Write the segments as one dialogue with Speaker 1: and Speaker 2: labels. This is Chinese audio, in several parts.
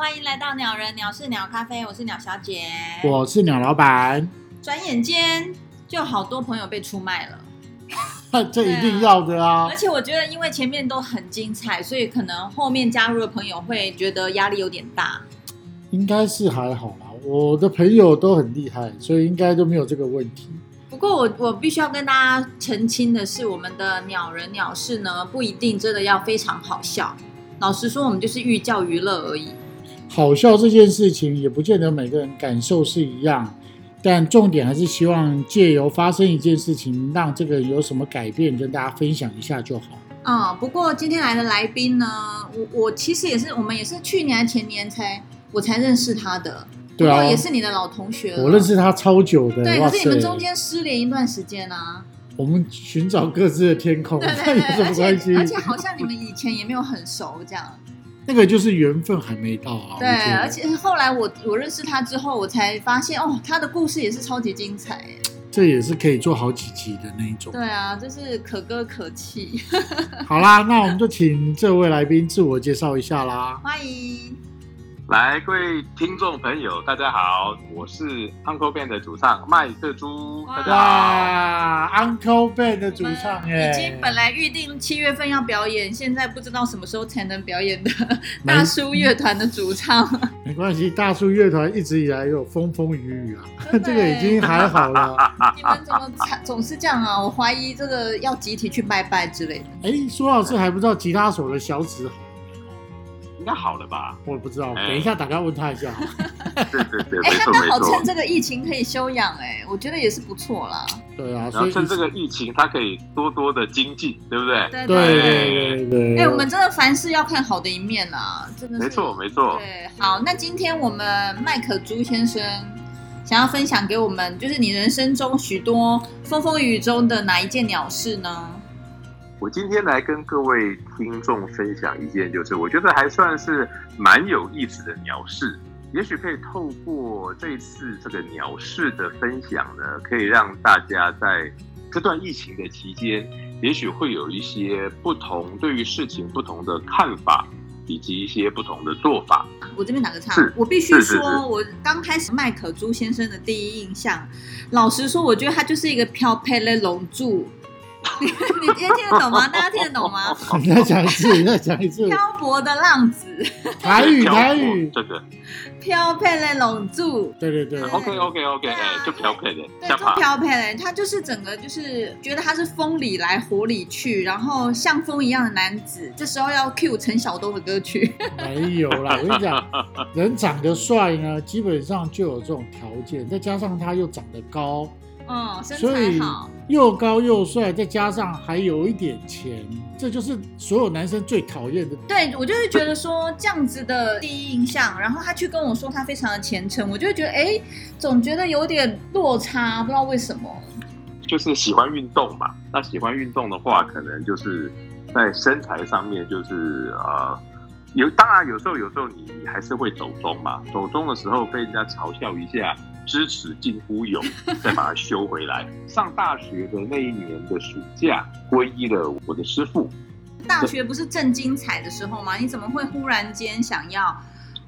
Speaker 1: 欢迎来到鸟人鸟事鸟咖啡，我是鸟小姐。
Speaker 2: 我是鸟老板，
Speaker 1: 转眼间就好多朋友被出卖了，
Speaker 2: 这一定要的啊
Speaker 1: 而！且我觉得因为前面都很精彩，所以可能后面加入的朋友会觉得压力有点大。
Speaker 2: 应该是还好啦，我的朋友都很厉害，所以应该都没有这个问题。
Speaker 1: 不过我我必须要跟大家澄清的是，我们的鸟人鸟事呢，不一定真的要非常好笑。老实说，我们就是寓教于乐而已。
Speaker 2: 好笑这件事情也不见得每个人感受是一样，但重点还是希望借由发生一件事情，让这个人有什么改变，跟大家分享一下就好。
Speaker 1: 啊、不过今天来的来宾呢，我我其实也是，我们也是去年还前年才我才认识他的，
Speaker 2: 对
Speaker 1: 不
Speaker 2: 啊
Speaker 1: 过，也是你的老同学了
Speaker 2: 我认。识他超久的，
Speaker 1: 啊对，
Speaker 2: 哇
Speaker 1: 可是你们
Speaker 2: 塞
Speaker 1: 中间失联一段时间啊，
Speaker 2: 我们寻找各自的天空，
Speaker 1: 对
Speaker 2: 那
Speaker 1: 对
Speaker 2: 有
Speaker 1: 对，
Speaker 2: 什么关
Speaker 1: 而
Speaker 2: 系
Speaker 1: 且？而且好像你们以前也没有很熟这样，
Speaker 2: 那个就是缘分还没到啊。
Speaker 1: 对
Speaker 2: 我觉，得
Speaker 1: 而且嗯后来我我认识他之后，我才发现哦，他的故事也是超级精彩耶，
Speaker 2: 这也是可以做好几集的那一种。
Speaker 1: 对啊，就是可歌可泣，
Speaker 2: 好啦，那我们就请这位来宾自我介绍一下啦。
Speaker 1: 欢迎，
Speaker 3: 来，各位听众朋友，大家好，我是 Uncle Ben 的主唱麦克猪，
Speaker 1: 哇
Speaker 3: 大家好。
Speaker 2: 哇，Uncle Ben 的主
Speaker 1: 我
Speaker 2: 唱耶，
Speaker 1: 们已经本来预定七月份要表演，现在不知道什么时候才能表演的
Speaker 2: 没
Speaker 1: 大叔乐团的主唱，
Speaker 2: 没关系，大叔乐团一直以来有风风雨雨啊，
Speaker 1: 真的
Speaker 2: 这个已经还好了。
Speaker 1: 你们怎么惨总是这样啊？我怀疑这个要集体去拜拜之类的。
Speaker 2: 哎，苏老师还不知道吉他手的小指好，
Speaker 3: 应该好了吧？
Speaker 2: 我不知道，
Speaker 3: 哎
Speaker 2: 等一下打电话问他一 下好了。
Speaker 3: 对对对，
Speaker 1: 哎、
Speaker 3: 没
Speaker 1: 他
Speaker 3: 错
Speaker 1: 刚
Speaker 3: 没
Speaker 1: 好趁
Speaker 3: 错。
Speaker 1: 这个疫情可以休养，哎，我觉得也是不错啦。
Speaker 2: 对啊，
Speaker 3: 然
Speaker 2: 所
Speaker 3: 后
Speaker 2: 以
Speaker 3: 趁这个疫情，他可以多多的精进，对不对？
Speaker 1: 对
Speaker 2: 对对对对，
Speaker 1: 哎、我们真的凡事要看好的一面啊，真的是
Speaker 3: 没错没错。
Speaker 1: 对，好，那今天我们麦可朱先生想要分享给我们，就是你人生中许多风风雨雨中的哪一件鸟事呢？
Speaker 3: 我今天来跟各位听众分享一件，就是我觉得还算是蛮有意思的鸟事。也许可以透过这一次这个鸟事的分享呢，可以让大家在这段疫情的期间，也许会有一些不同对于事情不同的看法，以及一些不同的做法。
Speaker 1: 我这边打个岔
Speaker 3: 是，
Speaker 1: 我必须
Speaker 3: 是是是
Speaker 1: 说，我刚开始麦可朱先生的第一印象，老实说，我觉得他就是一个飘飘的龙柱。你你你听得懂吗？大家听得懂吗？
Speaker 2: 你再讲一次，你再讲一次，
Speaker 1: 漂泊的浪子，
Speaker 2: 台语
Speaker 3: 漂
Speaker 2: 台
Speaker 3: 泊
Speaker 2: 语，
Speaker 3: 这个
Speaker 1: 飘飘的龙柱。
Speaker 2: 对对对，
Speaker 3: OK OK OK，
Speaker 1: 对啊
Speaker 3: 哎、就漂配的，
Speaker 1: 对，
Speaker 3: 像
Speaker 1: 就
Speaker 3: 吧？
Speaker 1: 飘配嘞，他就是整个就是觉得他是风里来火里去，然后像风一样的男子。这时候要 cue 陈晓东的歌曲，
Speaker 2: 没有 啦，我跟你讲，人长得帅呢，基本上就有这种条件，再加上他又长得高，
Speaker 1: 嗯，身
Speaker 2: 所以
Speaker 1: 材好，
Speaker 2: 又高又帅，再加上还有一点钱，这就是所有男生最讨厌的。
Speaker 1: 对我就是觉得说这样子的第一印象，然后他去跟我说他非常的虔诚，我就会觉得哎，总觉得有点落差，不知道为什么。
Speaker 3: 就是喜欢运动嘛。那喜欢运动的话，可能就是在身材上面，就是呃，有当然有时候有时候你你还是会走中嘛，走中的时候被人家嘲笑一下，知耻近乎勇，再把它修回来。上大学的那一年的暑假，皈依了我的师父，
Speaker 1: 大学不是正精彩的时候吗？你怎么会忽然间想要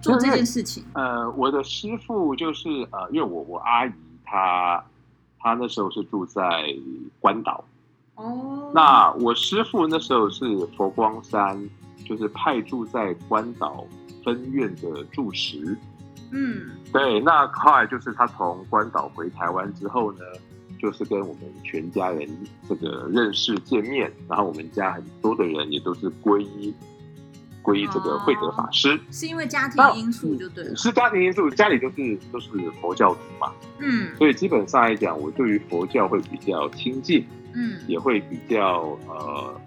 Speaker 1: 做这件事情？
Speaker 3: 呃，我的师傅就是呃，因为我我阿姨她她那时候是住在关岛。
Speaker 1: 哦，
Speaker 3: 那我师傅那时候是佛光山，就是派驻在关岛分院的住持。
Speaker 1: 嗯，
Speaker 3: 对，那后来就是他从关岛回台湾之后呢，就是跟我们全家人这个认识见面，然后我们家很多的人也都是皈依皈依这个慧德法师。
Speaker 1: 是因为家庭
Speaker 3: 那
Speaker 1: 因素就对了，
Speaker 3: 是家庭因素，家里就是都是佛教徒嘛，
Speaker 1: 嗯。
Speaker 3: 所以基本上来讲，我对于佛教会比较亲近。
Speaker 1: 嗯
Speaker 3: 也会比较呃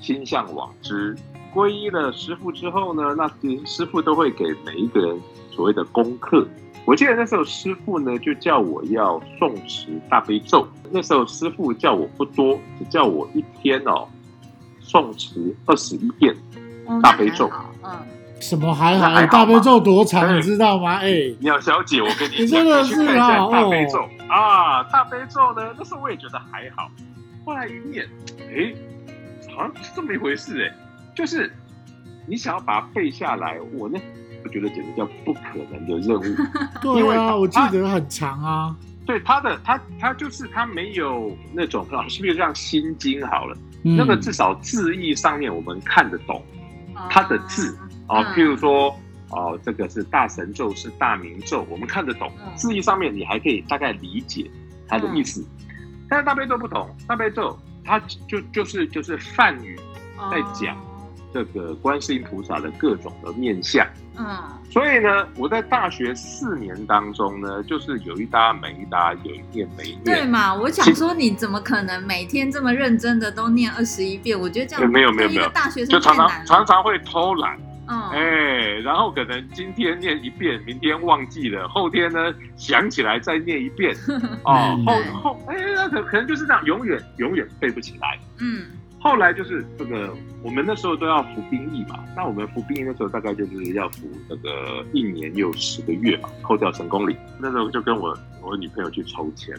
Speaker 3: 心向往之。皈依了师傅之后呢，那其实师傅都会给每一个人所谓的功课，我记得那时候师傅呢就叫我要诵持大悲咒，那时候师傅叫我不多，只叫我一天哦诵持二十一遍
Speaker 1: 嗯
Speaker 3: 大悲咒。
Speaker 1: 嗯，
Speaker 2: 什么还好？
Speaker 3: 那还好吧
Speaker 2: 大悲咒多长，
Speaker 3: 对
Speaker 2: 你知道吗？哎、
Speaker 3: 鸟小姐，我跟你
Speaker 2: 你
Speaker 3: 讲，
Speaker 2: 真的
Speaker 3: 你去看一
Speaker 2: 是啊
Speaker 3: 下大悲咒、啊，大悲咒呢，那时候我也觉得还好，后来一念，哎，好像是这么一回事哎，就是你想要把它背下来，我呢，我觉得简直叫不可能的 任务。因
Speaker 2: 对
Speaker 3: 为
Speaker 2: 啊，
Speaker 3: 它
Speaker 2: 我记得很长啊。
Speaker 3: 对他的，他他就是他没有那种，啊，是不是像心经好了？
Speaker 2: 嗯、
Speaker 3: 那个至少字义上面我们看得懂
Speaker 1: 哦
Speaker 3: 它的字啊，
Speaker 1: 嗯
Speaker 3: 譬如说哦，这个是大神咒，是大明咒，我们看得懂
Speaker 1: 嗯
Speaker 3: 字义上面，你还可以大概理解它的意思。
Speaker 1: 嗯
Speaker 3: 但是大悲咒不同，大悲咒它就就是就是梵语
Speaker 1: 哦
Speaker 3: 在讲这个观世音菩萨的各种的面相。
Speaker 1: 嗯
Speaker 3: 所以呢，我在大学四年当中呢，就是有一搭没一搭，有一念没一
Speaker 1: 对
Speaker 3: 念。
Speaker 1: 嘛？我想说，你怎么可能每天这么认真的都念二十一遍？我觉得这样
Speaker 3: 没有没有
Speaker 1: 对一
Speaker 3: 没
Speaker 1: 个
Speaker 3: 有
Speaker 1: 大学生
Speaker 3: 就常
Speaker 1: 太难
Speaker 3: 常
Speaker 1: 了
Speaker 3: 常常会偷懒，
Speaker 1: 嗯
Speaker 3: 哎、然后可能今天念一遍，明天忘记了，后天呢想起来再念一遍，哦
Speaker 2: 嗯，
Speaker 3: 后后哎，那可可能就是这样，永远永远背不起来。
Speaker 1: 嗯
Speaker 3: 后来就是这个，我们那时候都要服兵役嘛，那我们服兵役那时候大概就是要服那个一年又十个月嘛，扣掉成功礼，那时候就跟我我女朋友去抽签，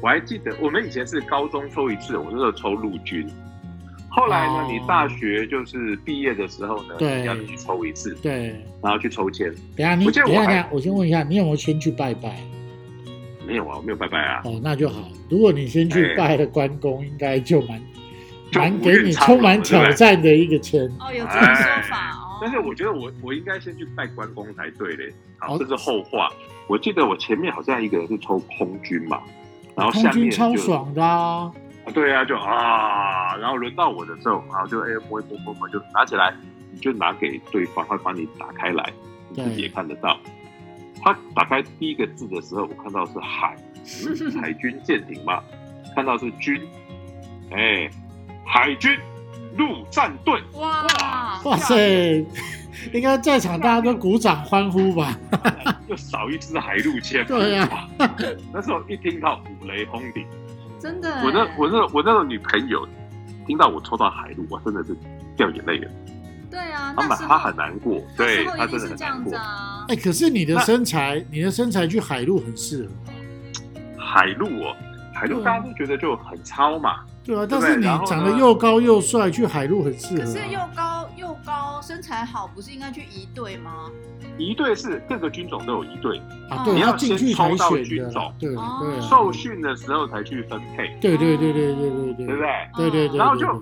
Speaker 3: 我还记得我们以前是高中抽一次，我那时候抽陆军，后来呢
Speaker 2: 哦，
Speaker 3: 你大学就是毕业的时候呢，
Speaker 2: 对
Speaker 3: 你要去抽一次，
Speaker 2: 对，
Speaker 3: 然后去抽签，
Speaker 2: 等一下你
Speaker 3: 我记
Speaker 2: 等
Speaker 3: 得
Speaker 2: 一
Speaker 3: 我
Speaker 2: 下
Speaker 3: 还
Speaker 2: 等一下，我先问一下，你有没有先去拜拜？
Speaker 3: 没有啊，我没有拜拜啊，
Speaker 2: 哦，那就好。如果你先去
Speaker 3: 哎
Speaker 2: 拜了关公，应该就蛮
Speaker 3: 就
Speaker 2: 蛮
Speaker 3: 无
Speaker 2: 给
Speaker 3: 限
Speaker 2: 你
Speaker 3: 长
Speaker 2: 充
Speaker 3: 了
Speaker 2: 满
Speaker 3: 对不
Speaker 2: 挑
Speaker 3: 对
Speaker 2: 战的一个签。
Speaker 1: 哦，有这种说法哦。
Speaker 3: 哎但是我觉得我我应该先去拜关公才对嘞。
Speaker 2: 哦
Speaker 3: 好，这是后话。我记得我前面好像一个人是抽空军嘛，然后
Speaker 2: 空
Speaker 3: 下
Speaker 2: 军
Speaker 3: 面
Speaker 2: 超
Speaker 3: 就
Speaker 2: 爽的、啊，
Speaker 3: 啊对啊，就啊，然后轮到我的时候，然后就哎摸一摸摸一摸，就拿起来，你就拿给对方，他帮你打开来，你自己也看得到。他打开第一个字的时候，我看到是 海，嗯海军舰艇嘛，看到是军，哎，海军陆战队，
Speaker 1: 哇，
Speaker 2: 哇塞！应该在场大家都鼓掌欢呼吧？
Speaker 3: 又少一支海陆签。
Speaker 2: 对
Speaker 3: 啊，那时候一听到五雷轰顶，
Speaker 1: 真的欸，
Speaker 3: 我那我那我那个女朋友听到我抽到海陆，我真的是掉眼泪了，
Speaker 1: 对啊，
Speaker 3: 她
Speaker 1: 那
Speaker 3: 蛮
Speaker 1: 时候
Speaker 3: 她很难过，
Speaker 1: 那
Speaker 3: 对
Speaker 1: 时候
Speaker 3: 她
Speaker 1: 一定
Speaker 3: 真的
Speaker 1: 是
Speaker 3: 很
Speaker 1: 这
Speaker 3: 难
Speaker 1: 样子
Speaker 3: 过。
Speaker 1: 啊。
Speaker 2: 哎、可是你的
Speaker 3: 那
Speaker 2: 身材，你的身材去海陆很适合啊。
Speaker 3: 海陆哦，海陆
Speaker 2: 对啊
Speaker 3: 大家都觉得就很超嘛，
Speaker 2: 对啊，
Speaker 3: 对
Speaker 2: 但
Speaker 3: 不对
Speaker 2: 是你
Speaker 3: 然后呢
Speaker 2: 长得又高又帅，去海陆很适合、
Speaker 1: 可
Speaker 2: 啊。
Speaker 1: 是又高又高，身材好，不是应该去一队吗？
Speaker 3: 一队是各个军种都有一队，
Speaker 2: 啊，对，
Speaker 1: 你
Speaker 2: 他
Speaker 3: 要
Speaker 2: 进去
Speaker 3: 先
Speaker 2: 才
Speaker 3: 抽到
Speaker 2: 选
Speaker 3: 军
Speaker 2: 的
Speaker 3: 种
Speaker 2: 啦，对对
Speaker 1: 哦
Speaker 2: 啊，
Speaker 3: 受训的时候才去分配，
Speaker 2: 对对对对对对对
Speaker 3: 对不对？
Speaker 2: 对对对，
Speaker 3: 然后
Speaker 2: 对
Speaker 3: 就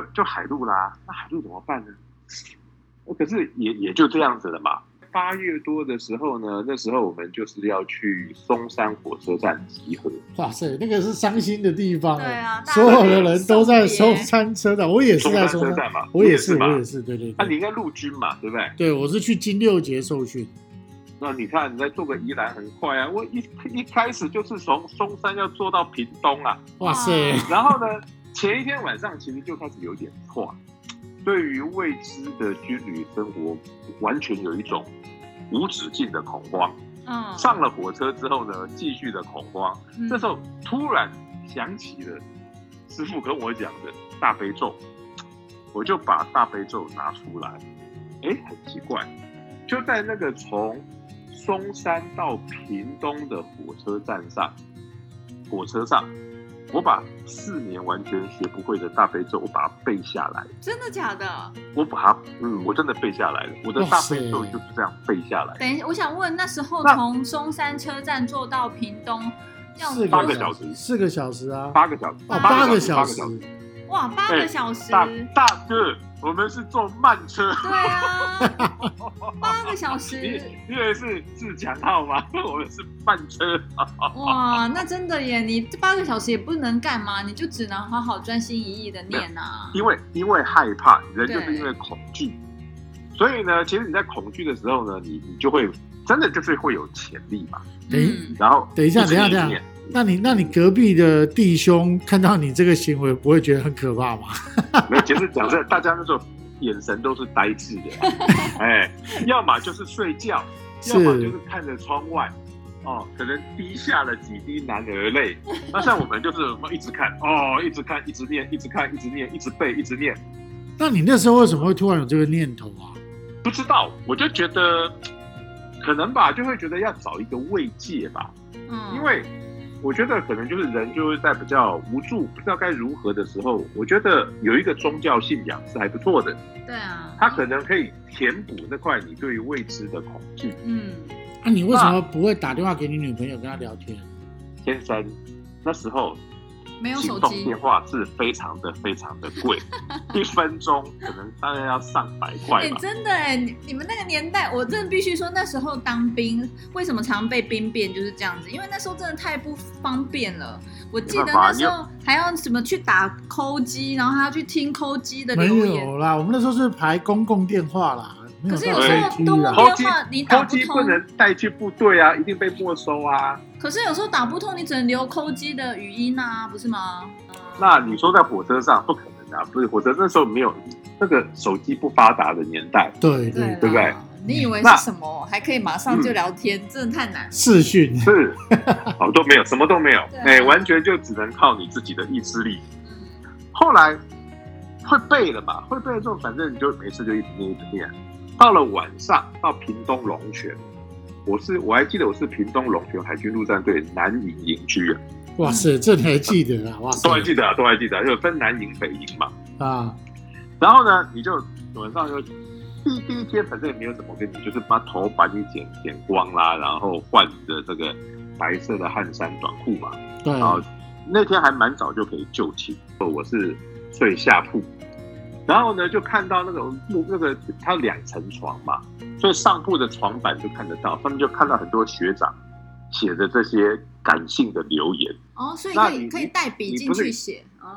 Speaker 3: 就就海陆啦，那海陆怎么办呢？我可是也也就这样子了嘛。八月多的时候呢，那时候我们就是要去松山火车站集合。
Speaker 2: 哇塞，那个是伤心的地方
Speaker 1: 对
Speaker 2: 哎、
Speaker 1: 啊，大家
Speaker 2: 所有的人都在
Speaker 1: 送
Speaker 2: 松
Speaker 1: 别
Speaker 2: 山车站，我也是
Speaker 3: 松
Speaker 2: 在
Speaker 3: 山
Speaker 2: 松
Speaker 3: 车
Speaker 2: 山，
Speaker 3: 站嘛，
Speaker 2: 我也
Speaker 3: 是
Speaker 2: 是，
Speaker 3: 嘛
Speaker 2: 我。也是，对对
Speaker 3: 那、你
Speaker 2: 对，
Speaker 3: 应该陆军嘛，对不对？
Speaker 2: 对我是去金六节受训，
Speaker 3: 那你看你在做个宜兰很快啊，我一一开始就是从松山要坐到屏东啊，
Speaker 2: 哇塞，
Speaker 1: 哇
Speaker 3: 然后呢，前一天晚上其实就开始有点错，对于未知的军旅生活，完全有一种无止境的恐慌。
Speaker 2: 啊
Speaker 1: 嗯，
Speaker 3: 上了火车之后呢，继续的恐慌。
Speaker 1: 嗯
Speaker 3: 这时候突然想起了师傅跟我讲的大悲咒，我就把大悲咒拿出来。哎，很奇怪，就在那个从松山到屏东的火车站上，火车上，我把四年完全学不会的大悲咒，我把它背下来。
Speaker 1: 嗯真的假的？
Speaker 3: 我把它，嗯，我真的背下来了。我的
Speaker 2: 哇
Speaker 3: 大
Speaker 2: 塞
Speaker 3: 悲咒就是这样背下来的。
Speaker 1: 等一下，我想问，那时候
Speaker 3: 那
Speaker 1: 从松山车站坐到屏东要
Speaker 2: 四
Speaker 3: 八
Speaker 2: 个
Speaker 3: 个
Speaker 1: 多久
Speaker 3: 小时
Speaker 2: 四个小时啊，
Speaker 3: 八个小时，
Speaker 2: 哦
Speaker 1: 八
Speaker 2: 八
Speaker 1: 个
Speaker 2: 个
Speaker 3: 八
Speaker 2: 小
Speaker 3: 个
Speaker 2: 时
Speaker 3: 小时，
Speaker 1: 哇，八个小时，
Speaker 3: 大大哥，我们是坐慢车。
Speaker 1: 对啊，八个小
Speaker 3: 你
Speaker 1: 时，
Speaker 3: 你以为是自强号吗？ 我们是慢车。
Speaker 1: 哇，那真的耶，你这八个小时也不能干嘛，你就只能好好专心一意的念啊。
Speaker 3: 因为因为害怕，人
Speaker 1: 对
Speaker 3: 就是因为恐惧，所以呢，其实你在恐惧的时候呢，你你就会真的就是会有潜力嘛。
Speaker 1: 嗯，
Speaker 3: 然后
Speaker 2: 等一下
Speaker 3: 直
Speaker 2: 等一下
Speaker 3: 念
Speaker 2: 那你那你隔壁的弟兄看到你这个行为，不会觉得很可怕吗？
Speaker 3: 没有，其实讲真的，大家那时候眼神都是呆滞的啊、哎，要么就是睡觉，要么就是看着窗外，哦，可能滴下了几滴男儿泪。那像我们就是一直看，哦，一直看，一直念，一直看，一直念，一直背，一直念。
Speaker 2: 那你那时候为什么会突然有这个念头啊？
Speaker 3: 不知道，我就觉得可能吧，就会觉得要找一个慰藉吧。
Speaker 1: 嗯，
Speaker 3: 因为我觉得可能就是人就是在比较无助、不知道该如何的时候，我觉得有一个宗教信仰是还不错的，
Speaker 1: 对啊，
Speaker 3: 它可能可以填补那块你对于未知的恐惧。
Speaker 1: 嗯，
Speaker 2: 那、啊你为什么不会打电话给你女朋友跟她聊天？
Speaker 3: 先生，那时候
Speaker 1: 没有
Speaker 3: 行
Speaker 1: 手
Speaker 3: 动
Speaker 1: 机
Speaker 3: 电，话是非常的非常的 贵，一分钟可能大概要上百块
Speaker 1: 哎、
Speaker 3: 吧。
Speaker 1: 真的哎、你你们那个年代，我真的必须说，那时候当兵为什么常被兵变就是这样子，因为那时候真的太不方便了。我记得
Speaker 3: 没办法
Speaker 1: 那时候还要什么去打抠机，然后还要去听抠机的
Speaker 2: 没
Speaker 1: 留言。
Speaker 2: 有啦，我们那时候是排公共电话啦，没
Speaker 1: 可
Speaker 2: 有
Speaker 1: 是
Speaker 2: 到
Speaker 1: 有时候
Speaker 2: 飞机啊
Speaker 1: 公共
Speaker 2: 啦。
Speaker 1: 电
Speaker 3: 偷鸡
Speaker 1: 话你打
Speaker 3: 偷
Speaker 1: 不
Speaker 3: 鸡不
Speaker 1: 通，
Speaker 3: 能带去部队啊，一定被没收啊。
Speaker 1: 可是有时候打不通，你只能留抠机的语音啊，不是吗？
Speaker 3: 那你说在火车上不可能啊，不是火车那时候没有那个手机不发达的年代，
Speaker 2: 对对
Speaker 1: 对啊
Speaker 3: 对
Speaker 2: 对，
Speaker 3: 不对？
Speaker 1: 你以为
Speaker 3: 那嗯
Speaker 1: 是什么？还可以马上就聊天，真的太难。
Speaker 2: 视讯
Speaker 3: 是哦都没有，什么都没有
Speaker 1: 对，啊
Speaker 3: 哎、完全就只能靠你自己的意志力。
Speaker 1: 嗯
Speaker 3: 后来会背了嘛，会背了之后，反正你就没事就一直念一直念。到了晚上，到屏东龙泉，我是我还记得我是屏东龙泉海军陆战队南营营区啊，
Speaker 1: 嗯
Speaker 2: 哇塞，这你还记得啊？哇塞
Speaker 3: 都还记得啊，都还记得、啊，就分南营北营嘛。
Speaker 2: 啊！
Speaker 3: 然后呢，你就晚上就第第一天反正也没有怎么跟你，就是把头把你剪剪光啦，然后换着这个白色的汗衫短裤嘛。
Speaker 2: 对，
Speaker 3: 然后那天还蛮早就可以就寝，我是睡下铺，然后呢就看到那个木那个它两层床嘛，所以上铺的床板就看得到，上面就看到很多学长写的这些感性的留言。
Speaker 1: 哦，所以
Speaker 3: 那
Speaker 1: 可以
Speaker 3: 你
Speaker 1: 可以带笔
Speaker 3: 你
Speaker 1: 进
Speaker 3: 不是
Speaker 1: 去写哦。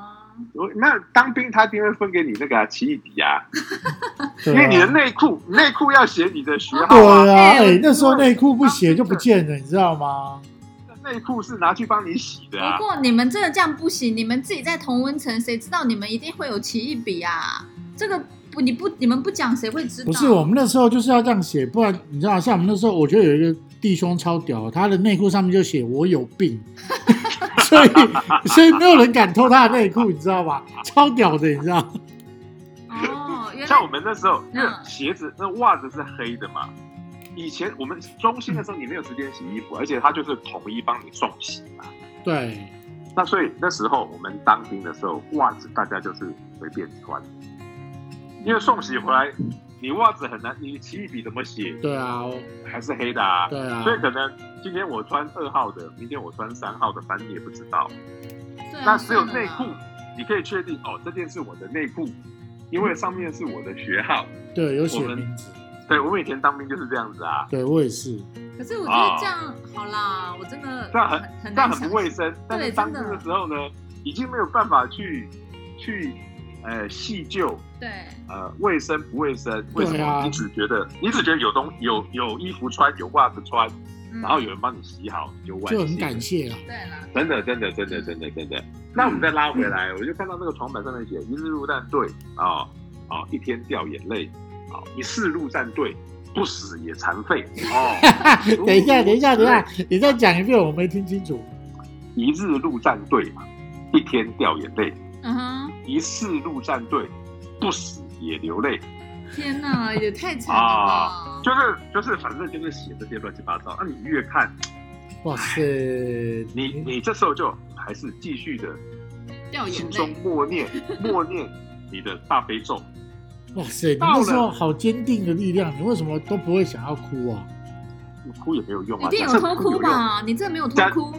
Speaker 3: 我那当兵他一定会分给你那个、啊、奇异笔啊，因
Speaker 2: 对啊
Speaker 3: 为你的内裤内裤要写你的学号啊
Speaker 2: 对。啊，
Speaker 1: 哎
Speaker 2: 哎
Speaker 1: 我，
Speaker 2: 那时候内裤不写就不见了，你知道吗？
Speaker 3: 内裤是拿去帮你洗的啊
Speaker 1: 不。过你们真的这样不行，你们自己在同温层，谁知道你们一定会有奇异笔啊？这个不你不你们不讲谁会知道？
Speaker 2: 不是，我们那时候就是要这样写，不然你知道，像我们那时候，我觉得有一个弟兄超屌，他的内裤上面就写“我有 病”，所以所以没有人敢偷他的内裤，你知道吧？超屌的，你知道？
Speaker 1: 哦，原
Speaker 3: 像我
Speaker 1: 来
Speaker 3: 们那时候，因为
Speaker 1: 嗯
Speaker 3: 鞋子、那袜子是黑的嘛。以前我们中心的时候，你没有时间洗衣服，而且他就是统一帮你送洗嘛。
Speaker 2: 对，
Speaker 3: 那所以那时候我们当兵的时候，袜子大家就是随便穿，因为送洗回来，你袜子很难，你奇异笔怎么写
Speaker 2: 对啊，
Speaker 3: 还是黑的啊？
Speaker 2: 对啊
Speaker 3: 所，以可能今天我穿二号的，明天我穿三号的，反正你也不知道。
Speaker 1: 对啊
Speaker 3: 那只有
Speaker 1: 算了
Speaker 3: 内
Speaker 1: 啦
Speaker 3: 裤，你可以确定哦，这件是我的内裤，因为上面是我的学号。
Speaker 2: 对，有写
Speaker 3: 我们
Speaker 2: 名字，
Speaker 3: 对我们以前当兵就是这样子啊，
Speaker 2: 对我也是，
Speaker 1: 可是我觉得这样好啦，我真的
Speaker 3: 这样
Speaker 1: 很
Speaker 3: 很
Speaker 1: 很
Speaker 3: 这样
Speaker 1: 难
Speaker 3: 很
Speaker 1: 想
Speaker 3: 不卫生。啊但是当兵
Speaker 1: 真的
Speaker 3: 的时候呢，已经没有办法去去呃细究
Speaker 1: 对，
Speaker 3: 呃卫生不卫生，为什
Speaker 2: 对
Speaker 3: 么？
Speaker 2: 啊
Speaker 3: 你只觉得你只觉得有东有有衣服穿，有袜子穿，
Speaker 1: 嗯
Speaker 3: 然后有人帮你洗好，你就万
Speaker 2: 就很
Speaker 3: 幸
Speaker 2: 感谢啊。
Speaker 1: 对啦，
Speaker 3: 真的，真的，真的，真的，真的。那我们再拉回来，我就看到那个床板上面写“一日陆战队”啊、啊，一天掉眼泪啊、一世陆战队，不死也残废哦。
Speaker 2: 啊等一下，等一下，等一下，你再讲一遍，我没听清楚。
Speaker 3: 一日陆战队嘛，一天掉眼泪；
Speaker 1: 嗯哼，
Speaker 3: 一世陆战队，不死也流泪。
Speaker 1: 天哪，也太惨了吧！
Speaker 3: 就是就是，反正就是写这些乱七八糟。那、你越看，
Speaker 2: 哇塞，
Speaker 3: 哎你你这时候就还是继续的
Speaker 1: 掉眼
Speaker 3: 心中
Speaker 1: 泪，
Speaker 3: 默念默念你的大悲咒。
Speaker 2: 哇塞，你
Speaker 3: 到
Speaker 2: 那
Speaker 3: 了
Speaker 2: 时候好坚定的力量，你为什么都不会想要哭啊？
Speaker 3: 你哭也没有用啊，
Speaker 1: 一定有
Speaker 3: 假设
Speaker 1: 偷
Speaker 3: 有
Speaker 1: 哭
Speaker 3: 用？
Speaker 1: 吧？你这没有偷
Speaker 3: 但
Speaker 1: 哭，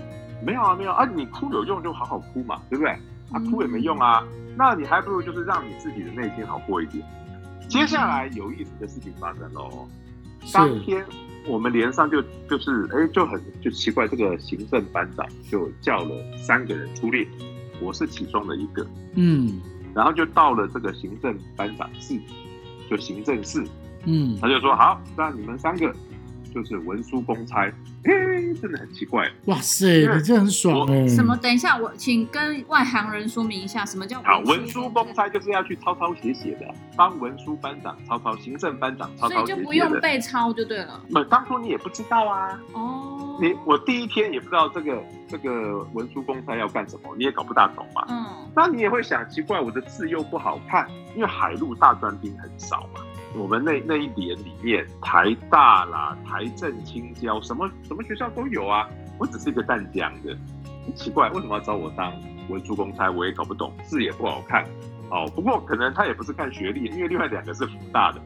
Speaker 3: 没有啊，没有啊，你哭有用就好好哭嘛，对不对？啊，
Speaker 1: 嗯
Speaker 3: 哭也没用啊，那你还不如就是让你自己的内心好过一点。接下来有意思的事情发生了哦，
Speaker 2: 是
Speaker 3: 当天我们连上就就是哎就很就奇怪，这个行政班长就叫了三个人出列，我是其中的一个，
Speaker 2: 嗯
Speaker 3: 然后就到了这个行政班长室，就行政室，
Speaker 2: 嗯
Speaker 3: 他就说好，那你们三个就是文书公差，哎，真的很奇怪。
Speaker 2: 哇塞，你这很爽哎、
Speaker 1: 什么？等一下，我请跟外行人说明一下，什么叫
Speaker 3: 好，文书公？差就是要去抄抄写写的，帮文书班长抄抄，行政班长抄
Speaker 1: 所以
Speaker 3: 抄
Speaker 1: 就
Speaker 3: 写
Speaker 1: 不
Speaker 3: 写
Speaker 1: 用
Speaker 3: 的。
Speaker 1: 被抄就对了。
Speaker 3: 那当初你也不知道啊，
Speaker 1: 哦，
Speaker 3: 你我第一天也不知道这个这个文书公差要干什么，你也搞不大懂嘛。
Speaker 1: 嗯，
Speaker 3: 那你也会想，奇怪，我的字又不好看，因为海陆大专兵很少嘛。我们那那一年里面，台大啦、台政、青交，什么什么学校都有啊。我只是一个淡江的，很奇怪，为什么要找我当文书公差？我也搞不懂，字也不好看。哦，不过可能他也不是看学历，因为另外两个是福大的，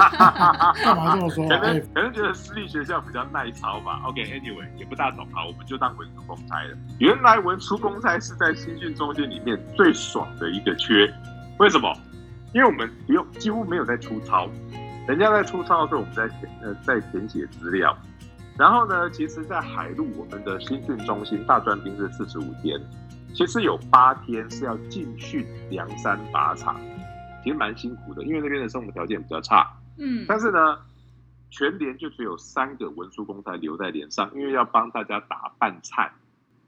Speaker 2: 干嘛这么 说？
Speaker 3: 可
Speaker 2: 哎、
Speaker 3: 能可能觉得私立学校比较耐操吧。OK，Anyway，、也不大懂，好，我们就当文书公差了。原来文书公差是在新训中心里面最爽的一个缺，为什么？因为我们不用几乎没有在出操，人家在出操的时候，我们在填呃在填写资料。然后呢，其实，在海陆我们的新训中心大专兵是四十五天，其实有八天是要进训梁山靶场，其实蛮辛苦的，因为那边的生活条件比较差。
Speaker 1: 嗯，
Speaker 3: 但是呢，全连就只有三个文书公差留在连上，因为要帮大家打饭菜，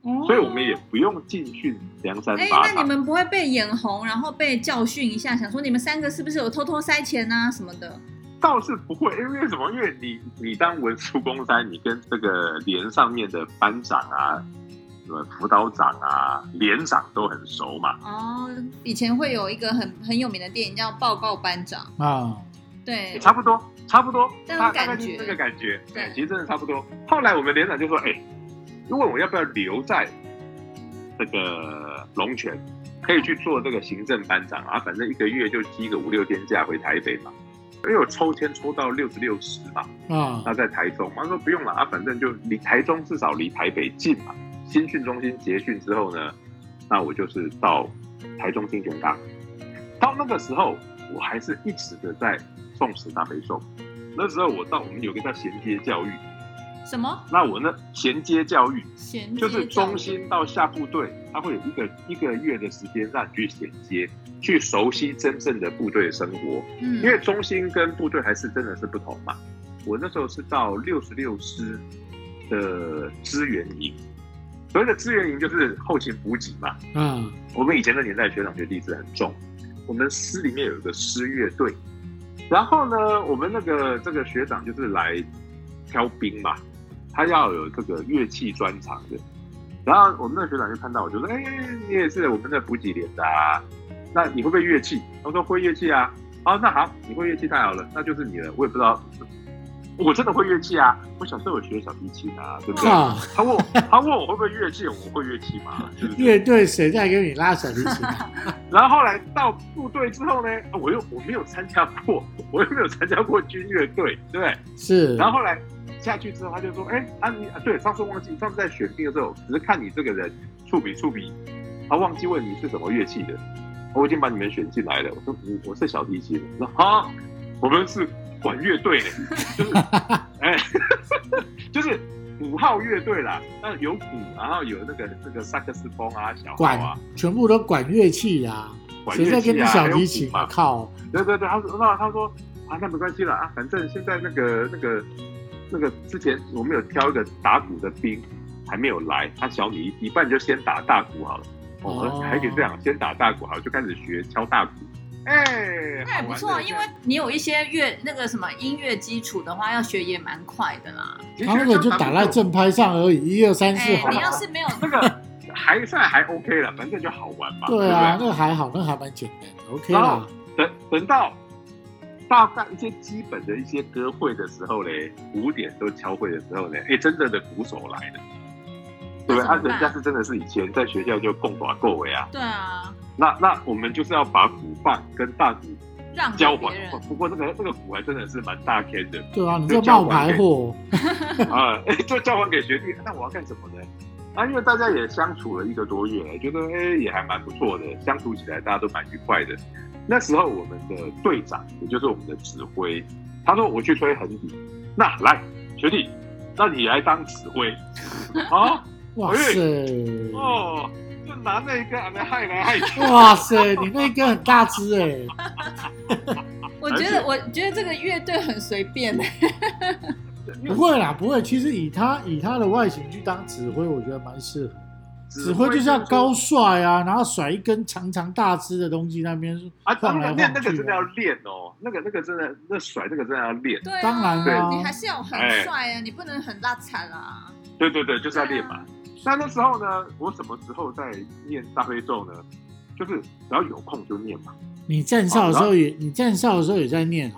Speaker 1: 哦
Speaker 3: 所以我们也不用进去梁山
Speaker 1: 哎，
Speaker 3: 八
Speaker 1: 那你
Speaker 3: 场。
Speaker 1: 们不会被眼红，然后被教训一下，想说你们三个是不是有偷偷塞钱啊什么的？
Speaker 3: 倒是不会，因为什么？因为你你当文书公差，你跟这个连上面的班长啊、什么辅导长啊、连长都很熟嘛。
Speaker 1: 哦，以前会有一个很很有名的电影叫《报告班长》，
Speaker 2: 啊，
Speaker 1: 对，
Speaker 3: 差不多，差不多，
Speaker 1: 这种
Speaker 3: 大
Speaker 1: 感
Speaker 3: 大概就是
Speaker 1: 觉
Speaker 3: 这个感觉，
Speaker 1: 对
Speaker 3: 哎，其实真的差不多。后来我们连长就说：“哎、如果我要不要留在这个龙泉，可以去做这个行政班长啊？反正一个月就积个五六天假回台北嘛。”因为我抽签抽到六十六十嘛，
Speaker 2: 啊
Speaker 3: 那在台中，他说不用了啊，反正就离台中至少离台北近嘛。新训中心结训之后呢，那我就是到台中新雄大。到那个时候，我还是一直的在奉师大悲咒。那时候我到我们有个叫衔接教育，
Speaker 1: 什么
Speaker 3: 那我那衔接教育
Speaker 1: 衔接
Speaker 3: 就是
Speaker 1: 照
Speaker 3: 中心到下部队，它会有一个一个月的时间让你去衔接，去熟悉真正的部队生活。
Speaker 1: 嗯，
Speaker 3: 因为中心跟部队还是真的是不同嘛。我那时候是到六十六师的支援营，所谓的支援营就是后勤补给嘛。
Speaker 2: 啊
Speaker 3: 我们以前的年代学长学弟制很重，我们师里面有一个师乐队，然后呢，我们那个这个学长就是来挑兵嘛，他要有这个乐器专长的。然后我们那个学长就看到我，就说：“哎、你也是我们的补给连的啊，那你会不会乐器？”我说：“会乐器啊。”哦，那好，你会乐器太好了，那就是你了。我也不知道，我真的会乐器啊，我小时候有学小提琴啊，对不对？
Speaker 2: 靠！
Speaker 3: 他问我，他问我会不会乐器，我会乐器嘛，是不是？
Speaker 2: 乐队谁在给你拉小提琴啊？
Speaker 3: 然后后来到部队之后呢，啊我又我没有参加过， 我又没有参加过军乐队，对不对？
Speaker 2: 是，
Speaker 3: 然后后来下去之后，他就说：“哎，啊你啊，对，上次忘记，上次在选兵的时候，只是看你这个人触笔触笔，他忘记问你是什么乐器的。我已经把你们选进来了。”我说：“嗯，我是小提琴。”我说：“啊，我们是管乐 队的，就是，哎， 就是鼓号乐队啦，那有鼓，然后有那个那个萨克斯风啊，小号啊
Speaker 2: 管，全部都管乐器啦、
Speaker 3: 管
Speaker 2: 谁
Speaker 3: 乐
Speaker 2: 在
Speaker 3: 器
Speaker 2: 跟你
Speaker 3: 啊，还
Speaker 2: 小提
Speaker 3: 有鼓
Speaker 2: 琴
Speaker 3: 嘛
Speaker 2: 啊？。靠！
Speaker 3: 对对对，他说那他说啊，那没关系了啊，反正现在那个那个那个之前我们有挑一个打鼓的兵还没有来，他小你一滴，不然你就先打大鼓好了。
Speaker 2: 哦
Speaker 3: 哦，还可以这样，先打大鼓好了，就开始学敲大鼓。哎、
Speaker 1: 那也不
Speaker 3: 好
Speaker 1: 错，啊
Speaker 3: 玩的
Speaker 1: 因为你有一些乐那个什么音乐基础的话，要学也蛮快的啦。
Speaker 2: 他那个就打在正拍上而已，一二三四，好
Speaker 1: 你
Speaker 2: 吧？
Speaker 1: 要哎是没有，
Speaker 3: 这个还算还 OK 了，反正就好玩嘛，
Speaker 2: 对
Speaker 3: 不
Speaker 2: 啊，
Speaker 3: 对？哦
Speaker 2: 那个还好，那个还蛮简单的，OK
Speaker 3: 然
Speaker 2: 啦
Speaker 3: 后。等等到大概一些基本的一些歌会的时候嘞，五点都敲会的时候嘞，哎，真正的鼓手来了，对不对？
Speaker 1: 那
Speaker 3: 他、
Speaker 1: 怎么办
Speaker 3: 人家是真的是以前在学校就共把够位啊，
Speaker 1: 对啊，
Speaker 3: 那那我们就是要把鼓棒跟大鼓
Speaker 1: 让给
Speaker 3: 交
Speaker 1: 别
Speaker 3: 换
Speaker 1: 人，，
Speaker 3: 不过那个那个鼓还真的是蛮大天 的
Speaker 2: 对啊，你这冒牌货，
Speaker 3: 啊， 哎就交还给学弟，那我要干什么呢？啊，因为大家也相处了一个多月了，觉得哎也还蛮不错的，相处起来大家都蛮愉快的。那时候我们的队长，也就是我们的指挥，他说我去吹横笛，那来学弟，那你来当指挥 啊？
Speaker 2: 哇塞！
Speaker 3: 哦，就拿那一个俺们害来害去，
Speaker 2: 哇塞，你那根很大只哎、
Speaker 1: 我觉得我觉得这个乐队很随便，
Speaker 2: 不会啦，不会。其实以他以他的外形去当指挥，我觉得蛮适合。指挥就是要高帅啊，然后甩一根长长大枝的东西那边
Speaker 3: 啊，
Speaker 2: 晃来
Speaker 3: 当然
Speaker 2: 晃去啊。
Speaker 3: 那那个真的要练哦，那个那个真的那甩那个真的要练。
Speaker 1: 对啊，
Speaker 2: 当然啦
Speaker 1: 你还是要很帅啊，你不能很拉惨啦。
Speaker 3: 对对对，就是要练嘛。那那时候呢，我什么时候在念大悲咒呢？就是只要有空就念嘛，
Speaker 2: 你站哨的时
Speaker 3: 好
Speaker 2: 候也，你站哨的时候也在念啊。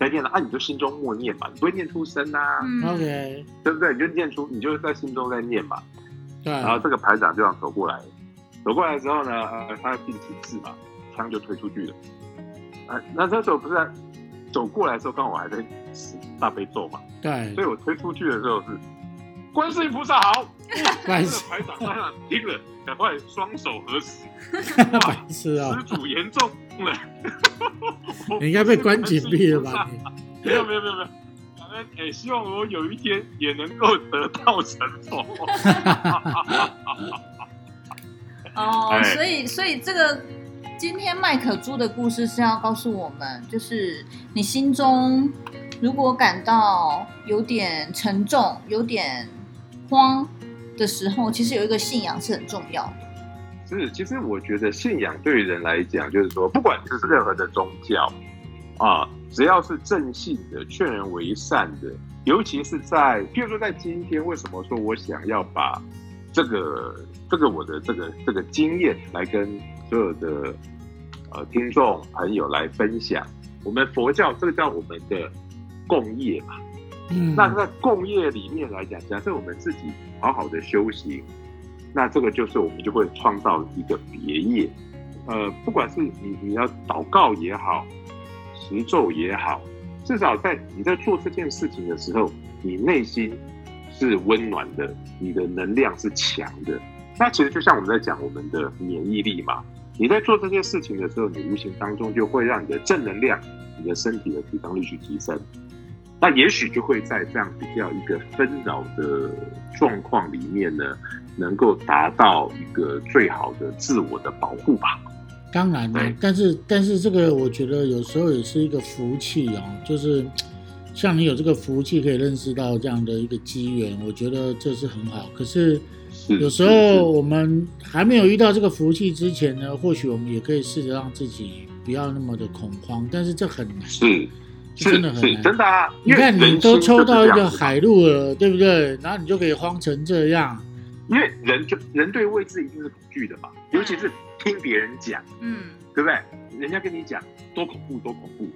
Speaker 3: 在念了啊，你就心中默念嘛，你不会念出声啊，
Speaker 1: 嗯
Speaker 2: OK，
Speaker 3: 对不对？你就念出，你就是在心中在念嘛。
Speaker 2: 对。
Speaker 3: 然后这个排长就这样走过来，走过来之后呢，呃，他并体制嘛，枪就推出去了。啊，那那时候不是在走过来的时候，刚好我还在大悲咒嘛，
Speaker 2: 对
Speaker 3: 所，以我推出去的时候是观世音菩萨好，
Speaker 2: 白
Speaker 3: 这
Speaker 2: 痴
Speaker 3: 个，排长当然听了，赶快双手合十，
Speaker 2: 白痴啊！
Speaker 3: 失主严重了。
Speaker 2: 你应该被关紧闭了吧？你？
Speaker 3: 没有没有没有没有，反正哎，希望我有一天也能够得到成佛。
Speaker 1: 哦
Speaker 3: 哎，
Speaker 1: 所以哦所以这个今天麦可猪的故事是要告诉我们，就是你心中如果感到有点沉重、有点慌的时候，其实有一个信仰是很重要的。
Speaker 3: 是，其实我觉得信仰对于人来讲，就是说，不管是任何的宗教啊，只要是正信的、劝人为善的，尤其是在，譬如说在今天，为什么说我想要把这个这个我的这个这个经验来跟所有的呃听众朋友来分享？我们佛教这个叫我们的共业嘛，
Speaker 2: 嗯，
Speaker 3: 那在共业里面来讲，假设我们自己好好的修行，那这个就是我们就会创造一个别业。呃，不管是你你要祷告也好，持咒也好，至少在你在做这件事情的时候，你内心是温暖的，你的能量是强的。那其实就像我们在讲我们的免疫力嘛，你在做这些事情的时候，你无形当中就会让你的正能量、你的身体的抵抗力去提升。那也许就会在这样比较一个纷扰的状况里面呢，能够达到一个最好的自我的保护吧。
Speaker 2: 当然了
Speaker 3: 对，
Speaker 2: 但是但是这个我觉得有时候也是一个福气哦，就是像你有这个福气可以认识到这样的一个机缘，我觉得这是很好。可是
Speaker 3: 是
Speaker 2: 有时
Speaker 3: 是是
Speaker 2: 候我们还没有遇到这个福气之前呢，或许我们也可以试着让自己不要那么的恐慌，但是这很难。
Speaker 3: 是
Speaker 2: 这
Speaker 3: 是
Speaker 2: 真的很
Speaker 3: 是
Speaker 2: 难
Speaker 3: 真的啊！
Speaker 2: 你看，
Speaker 3: 因为人
Speaker 2: 你
Speaker 3: 心
Speaker 2: 都抽
Speaker 3: 就是
Speaker 2: 到一
Speaker 3: 这
Speaker 2: 个
Speaker 3: 样子嘛，
Speaker 2: 海陆了，对不对？然后你就可以慌成这样。
Speaker 3: 因为人就人对未知一定是恐惧的嘛，
Speaker 2: 嗯
Speaker 3: 尤其是听别人讲，
Speaker 1: 嗯，
Speaker 3: 对不对？人家跟你讲多恐怖多恐怖，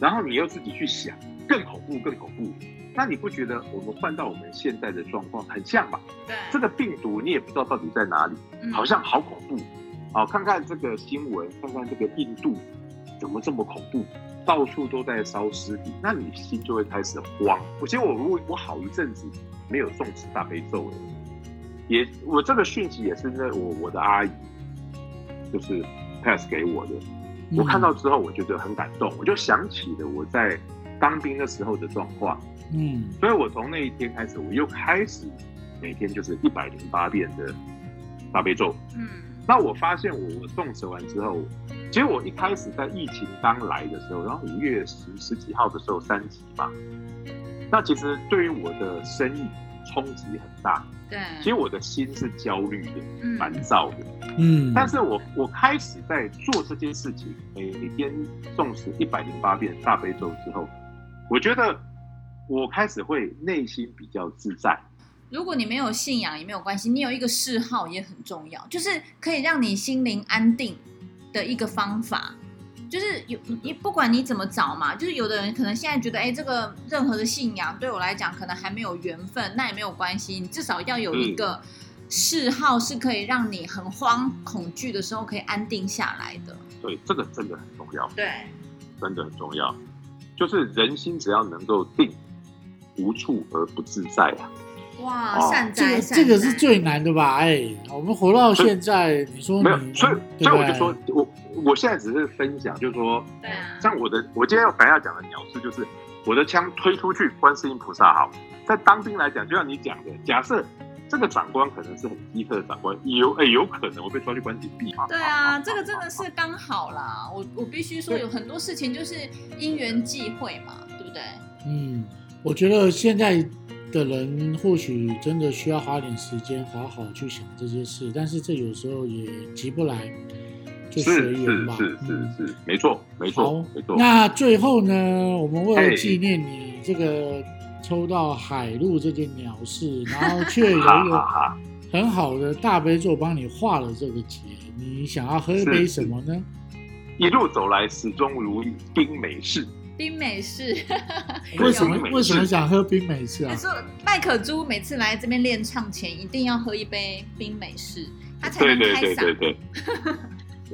Speaker 3: 然后你又自己去想更恐怖更恐怖，那你不觉得我们换到我们现在的状况很像吗？
Speaker 1: 对，
Speaker 3: 这个病毒你也不知道到底在哪里。
Speaker 1: 嗯
Speaker 3: 好像好恐怖。好、看看这个新闻，看看这个印度怎么这么恐怖，到处都在烧尸体，那你心就会开始慌。我其实我我我好一阵子没有诵持大悲咒了，也我这个讯息也是那我我的阿姨就是 pass 给我的，
Speaker 2: 嗯
Speaker 3: 我看到之后我觉得很感动，我就想起了我在当兵的时候的状况。
Speaker 2: 嗯，
Speaker 3: 所以我从那一天开始，我又开始每天就是一百零八遍的大悲咒。
Speaker 1: 嗯
Speaker 3: 那我发现我我动持完之后，其实我一开始在疫情刚来的时候，然后五月十十几号的时候三级嘛，那其实对于我的生意冲击很大，
Speaker 1: 对，
Speaker 3: 其实我的心是焦虑的、
Speaker 1: 嗯
Speaker 3: 烦躁的。
Speaker 2: 嗯，
Speaker 3: 但是我我开始在做这件事情，每天诵持一百零八遍大悲咒之后，我觉得我开始会内心比较自在。
Speaker 1: 如果你没有信仰也没有关系，你有一个嗜好也很重要，就是可以让你心灵安定的一个方法。就是有你不管你怎么找嘛，就是有的人可能现在觉得，哎，这个任何的信仰对我来讲可能还没有缘分，那也没有关系，你至少要有一个嗜好是可以让你很慌恐惧的时候可以安定下来的。
Speaker 3: 对，这个真的很重要，
Speaker 1: 对，
Speaker 3: 真的很重要。就是人心只要能够定，无处而不自在啊。
Speaker 1: 哇，
Speaker 3: 哦
Speaker 1: 善
Speaker 2: 这
Speaker 1: 哉
Speaker 2: 个
Speaker 1: 善哉，
Speaker 2: 这个是最难的吧？哎，我们活到现在，你说
Speaker 3: 没有
Speaker 2: 你，，
Speaker 3: 所以
Speaker 2: 对
Speaker 3: 所以
Speaker 2: 不
Speaker 3: 我就
Speaker 2: 对？
Speaker 3: 说，我我现在只是分享，就是说，
Speaker 1: 对啊，
Speaker 3: 像我的，我今天要本来要讲的鸟事就是我的枪推出去，观世音菩萨好。在当兵来讲，就像你讲的，假设这个长官可能是很机车的长官，有诶、有可能我被抓去关禁闭嘛。
Speaker 1: 对啊，这个真的是刚好啦。我我必须说，
Speaker 3: 对
Speaker 1: 有很多事情就是因缘际会嘛，对不对？
Speaker 2: 嗯，我觉得现在的人或许真的需要花点时间好好去想这些事，但是这有时候也急不来，就是随
Speaker 3: 是
Speaker 2: 缘吧。
Speaker 3: 是是
Speaker 2: 嗯
Speaker 3: 是，没错没错
Speaker 2: 好
Speaker 3: 没错。
Speaker 2: 那最后呢，我们为了
Speaker 3: 嘿
Speaker 2: 纪念你这个抽到海陆这件鸟事，然后却有一
Speaker 3: 哈哈
Speaker 2: 个
Speaker 3: 哈，
Speaker 2: 很好的大悲咒帮你化了这个结，你想要喝杯什么呢？
Speaker 3: 一路走来始终如一，冰美式。
Speaker 1: 冰美式。
Speaker 3: 是
Speaker 2: 为什么
Speaker 3: 冰美式
Speaker 2: 为什么想喝冰美式
Speaker 3: 哎
Speaker 2: 啊
Speaker 1: 他？说麦可猪每次来这边练唱前，一定要喝一杯冰美式，他才
Speaker 3: 对
Speaker 1: 能
Speaker 3: 对
Speaker 1: 开
Speaker 3: 对对
Speaker 1: 嗓。
Speaker 3: 对。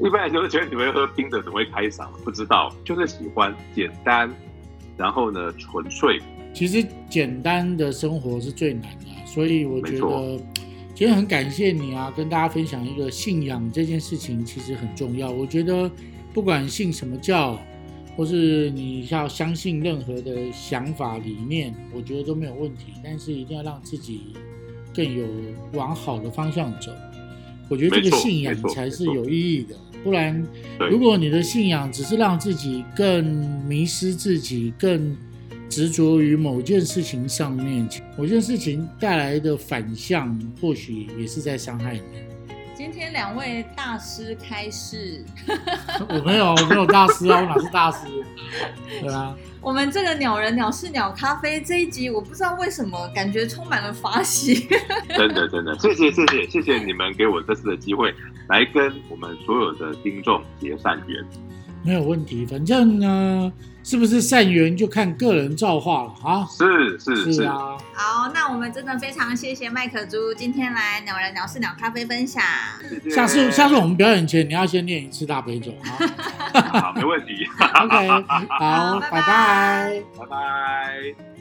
Speaker 3: 一般人都觉得你们喝冰的怎么会开嗓？不知道， 就是喜欢简单，然后呢纯粹。
Speaker 2: 其实简单的生活是最难的啊，所以我觉得
Speaker 3: 没错
Speaker 2: 今天很感谢你啊，跟大家分享一个信仰这件事情其实很重要。我觉得不管信什么教，或是你要相信任何的想法理念，我觉得都没有问题，但是一定要让自己更有往好的方向走。我觉得这
Speaker 3: 没
Speaker 2: 个
Speaker 3: 错
Speaker 2: 信仰
Speaker 3: 没错
Speaker 2: 才是
Speaker 3: 没错
Speaker 2: 有意义的，不然
Speaker 3: 对
Speaker 2: 如果你的信仰只是让自己更迷失自己，更执着于某件事情上面，某件事情带来的反向，或许也是在伤害你。
Speaker 1: 今天两位大师开示，
Speaker 2: 我没有，我没有大师啊，我哪是大师？对啊，
Speaker 1: 我们这个鸟人鸟是鸟咖啡这一集，我不知道为什么感觉充满了法喜。
Speaker 3: 真的真的，谢谢谢谢谢谢你们给我这次的机会，来跟我们所有的听众结善缘。
Speaker 2: 没有问题。反正呢，是不是善缘就看个人造化了啊。
Speaker 3: 是是是，
Speaker 2: 是啊，
Speaker 1: 好，那我们真的非常谢谢麦可猪今天来鸟人鸟是鸟咖啡分享。
Speaker 3: 谢谢
Speaker 2: 下次下次我们表演前，你要先念一次大悲咒啊。
Speaker 3: 好，没问题，
Speaker 2: OK，好，
Speaker 1: 拜拜
Speaker 2: 拜拜
Speaker 3: 拜拜。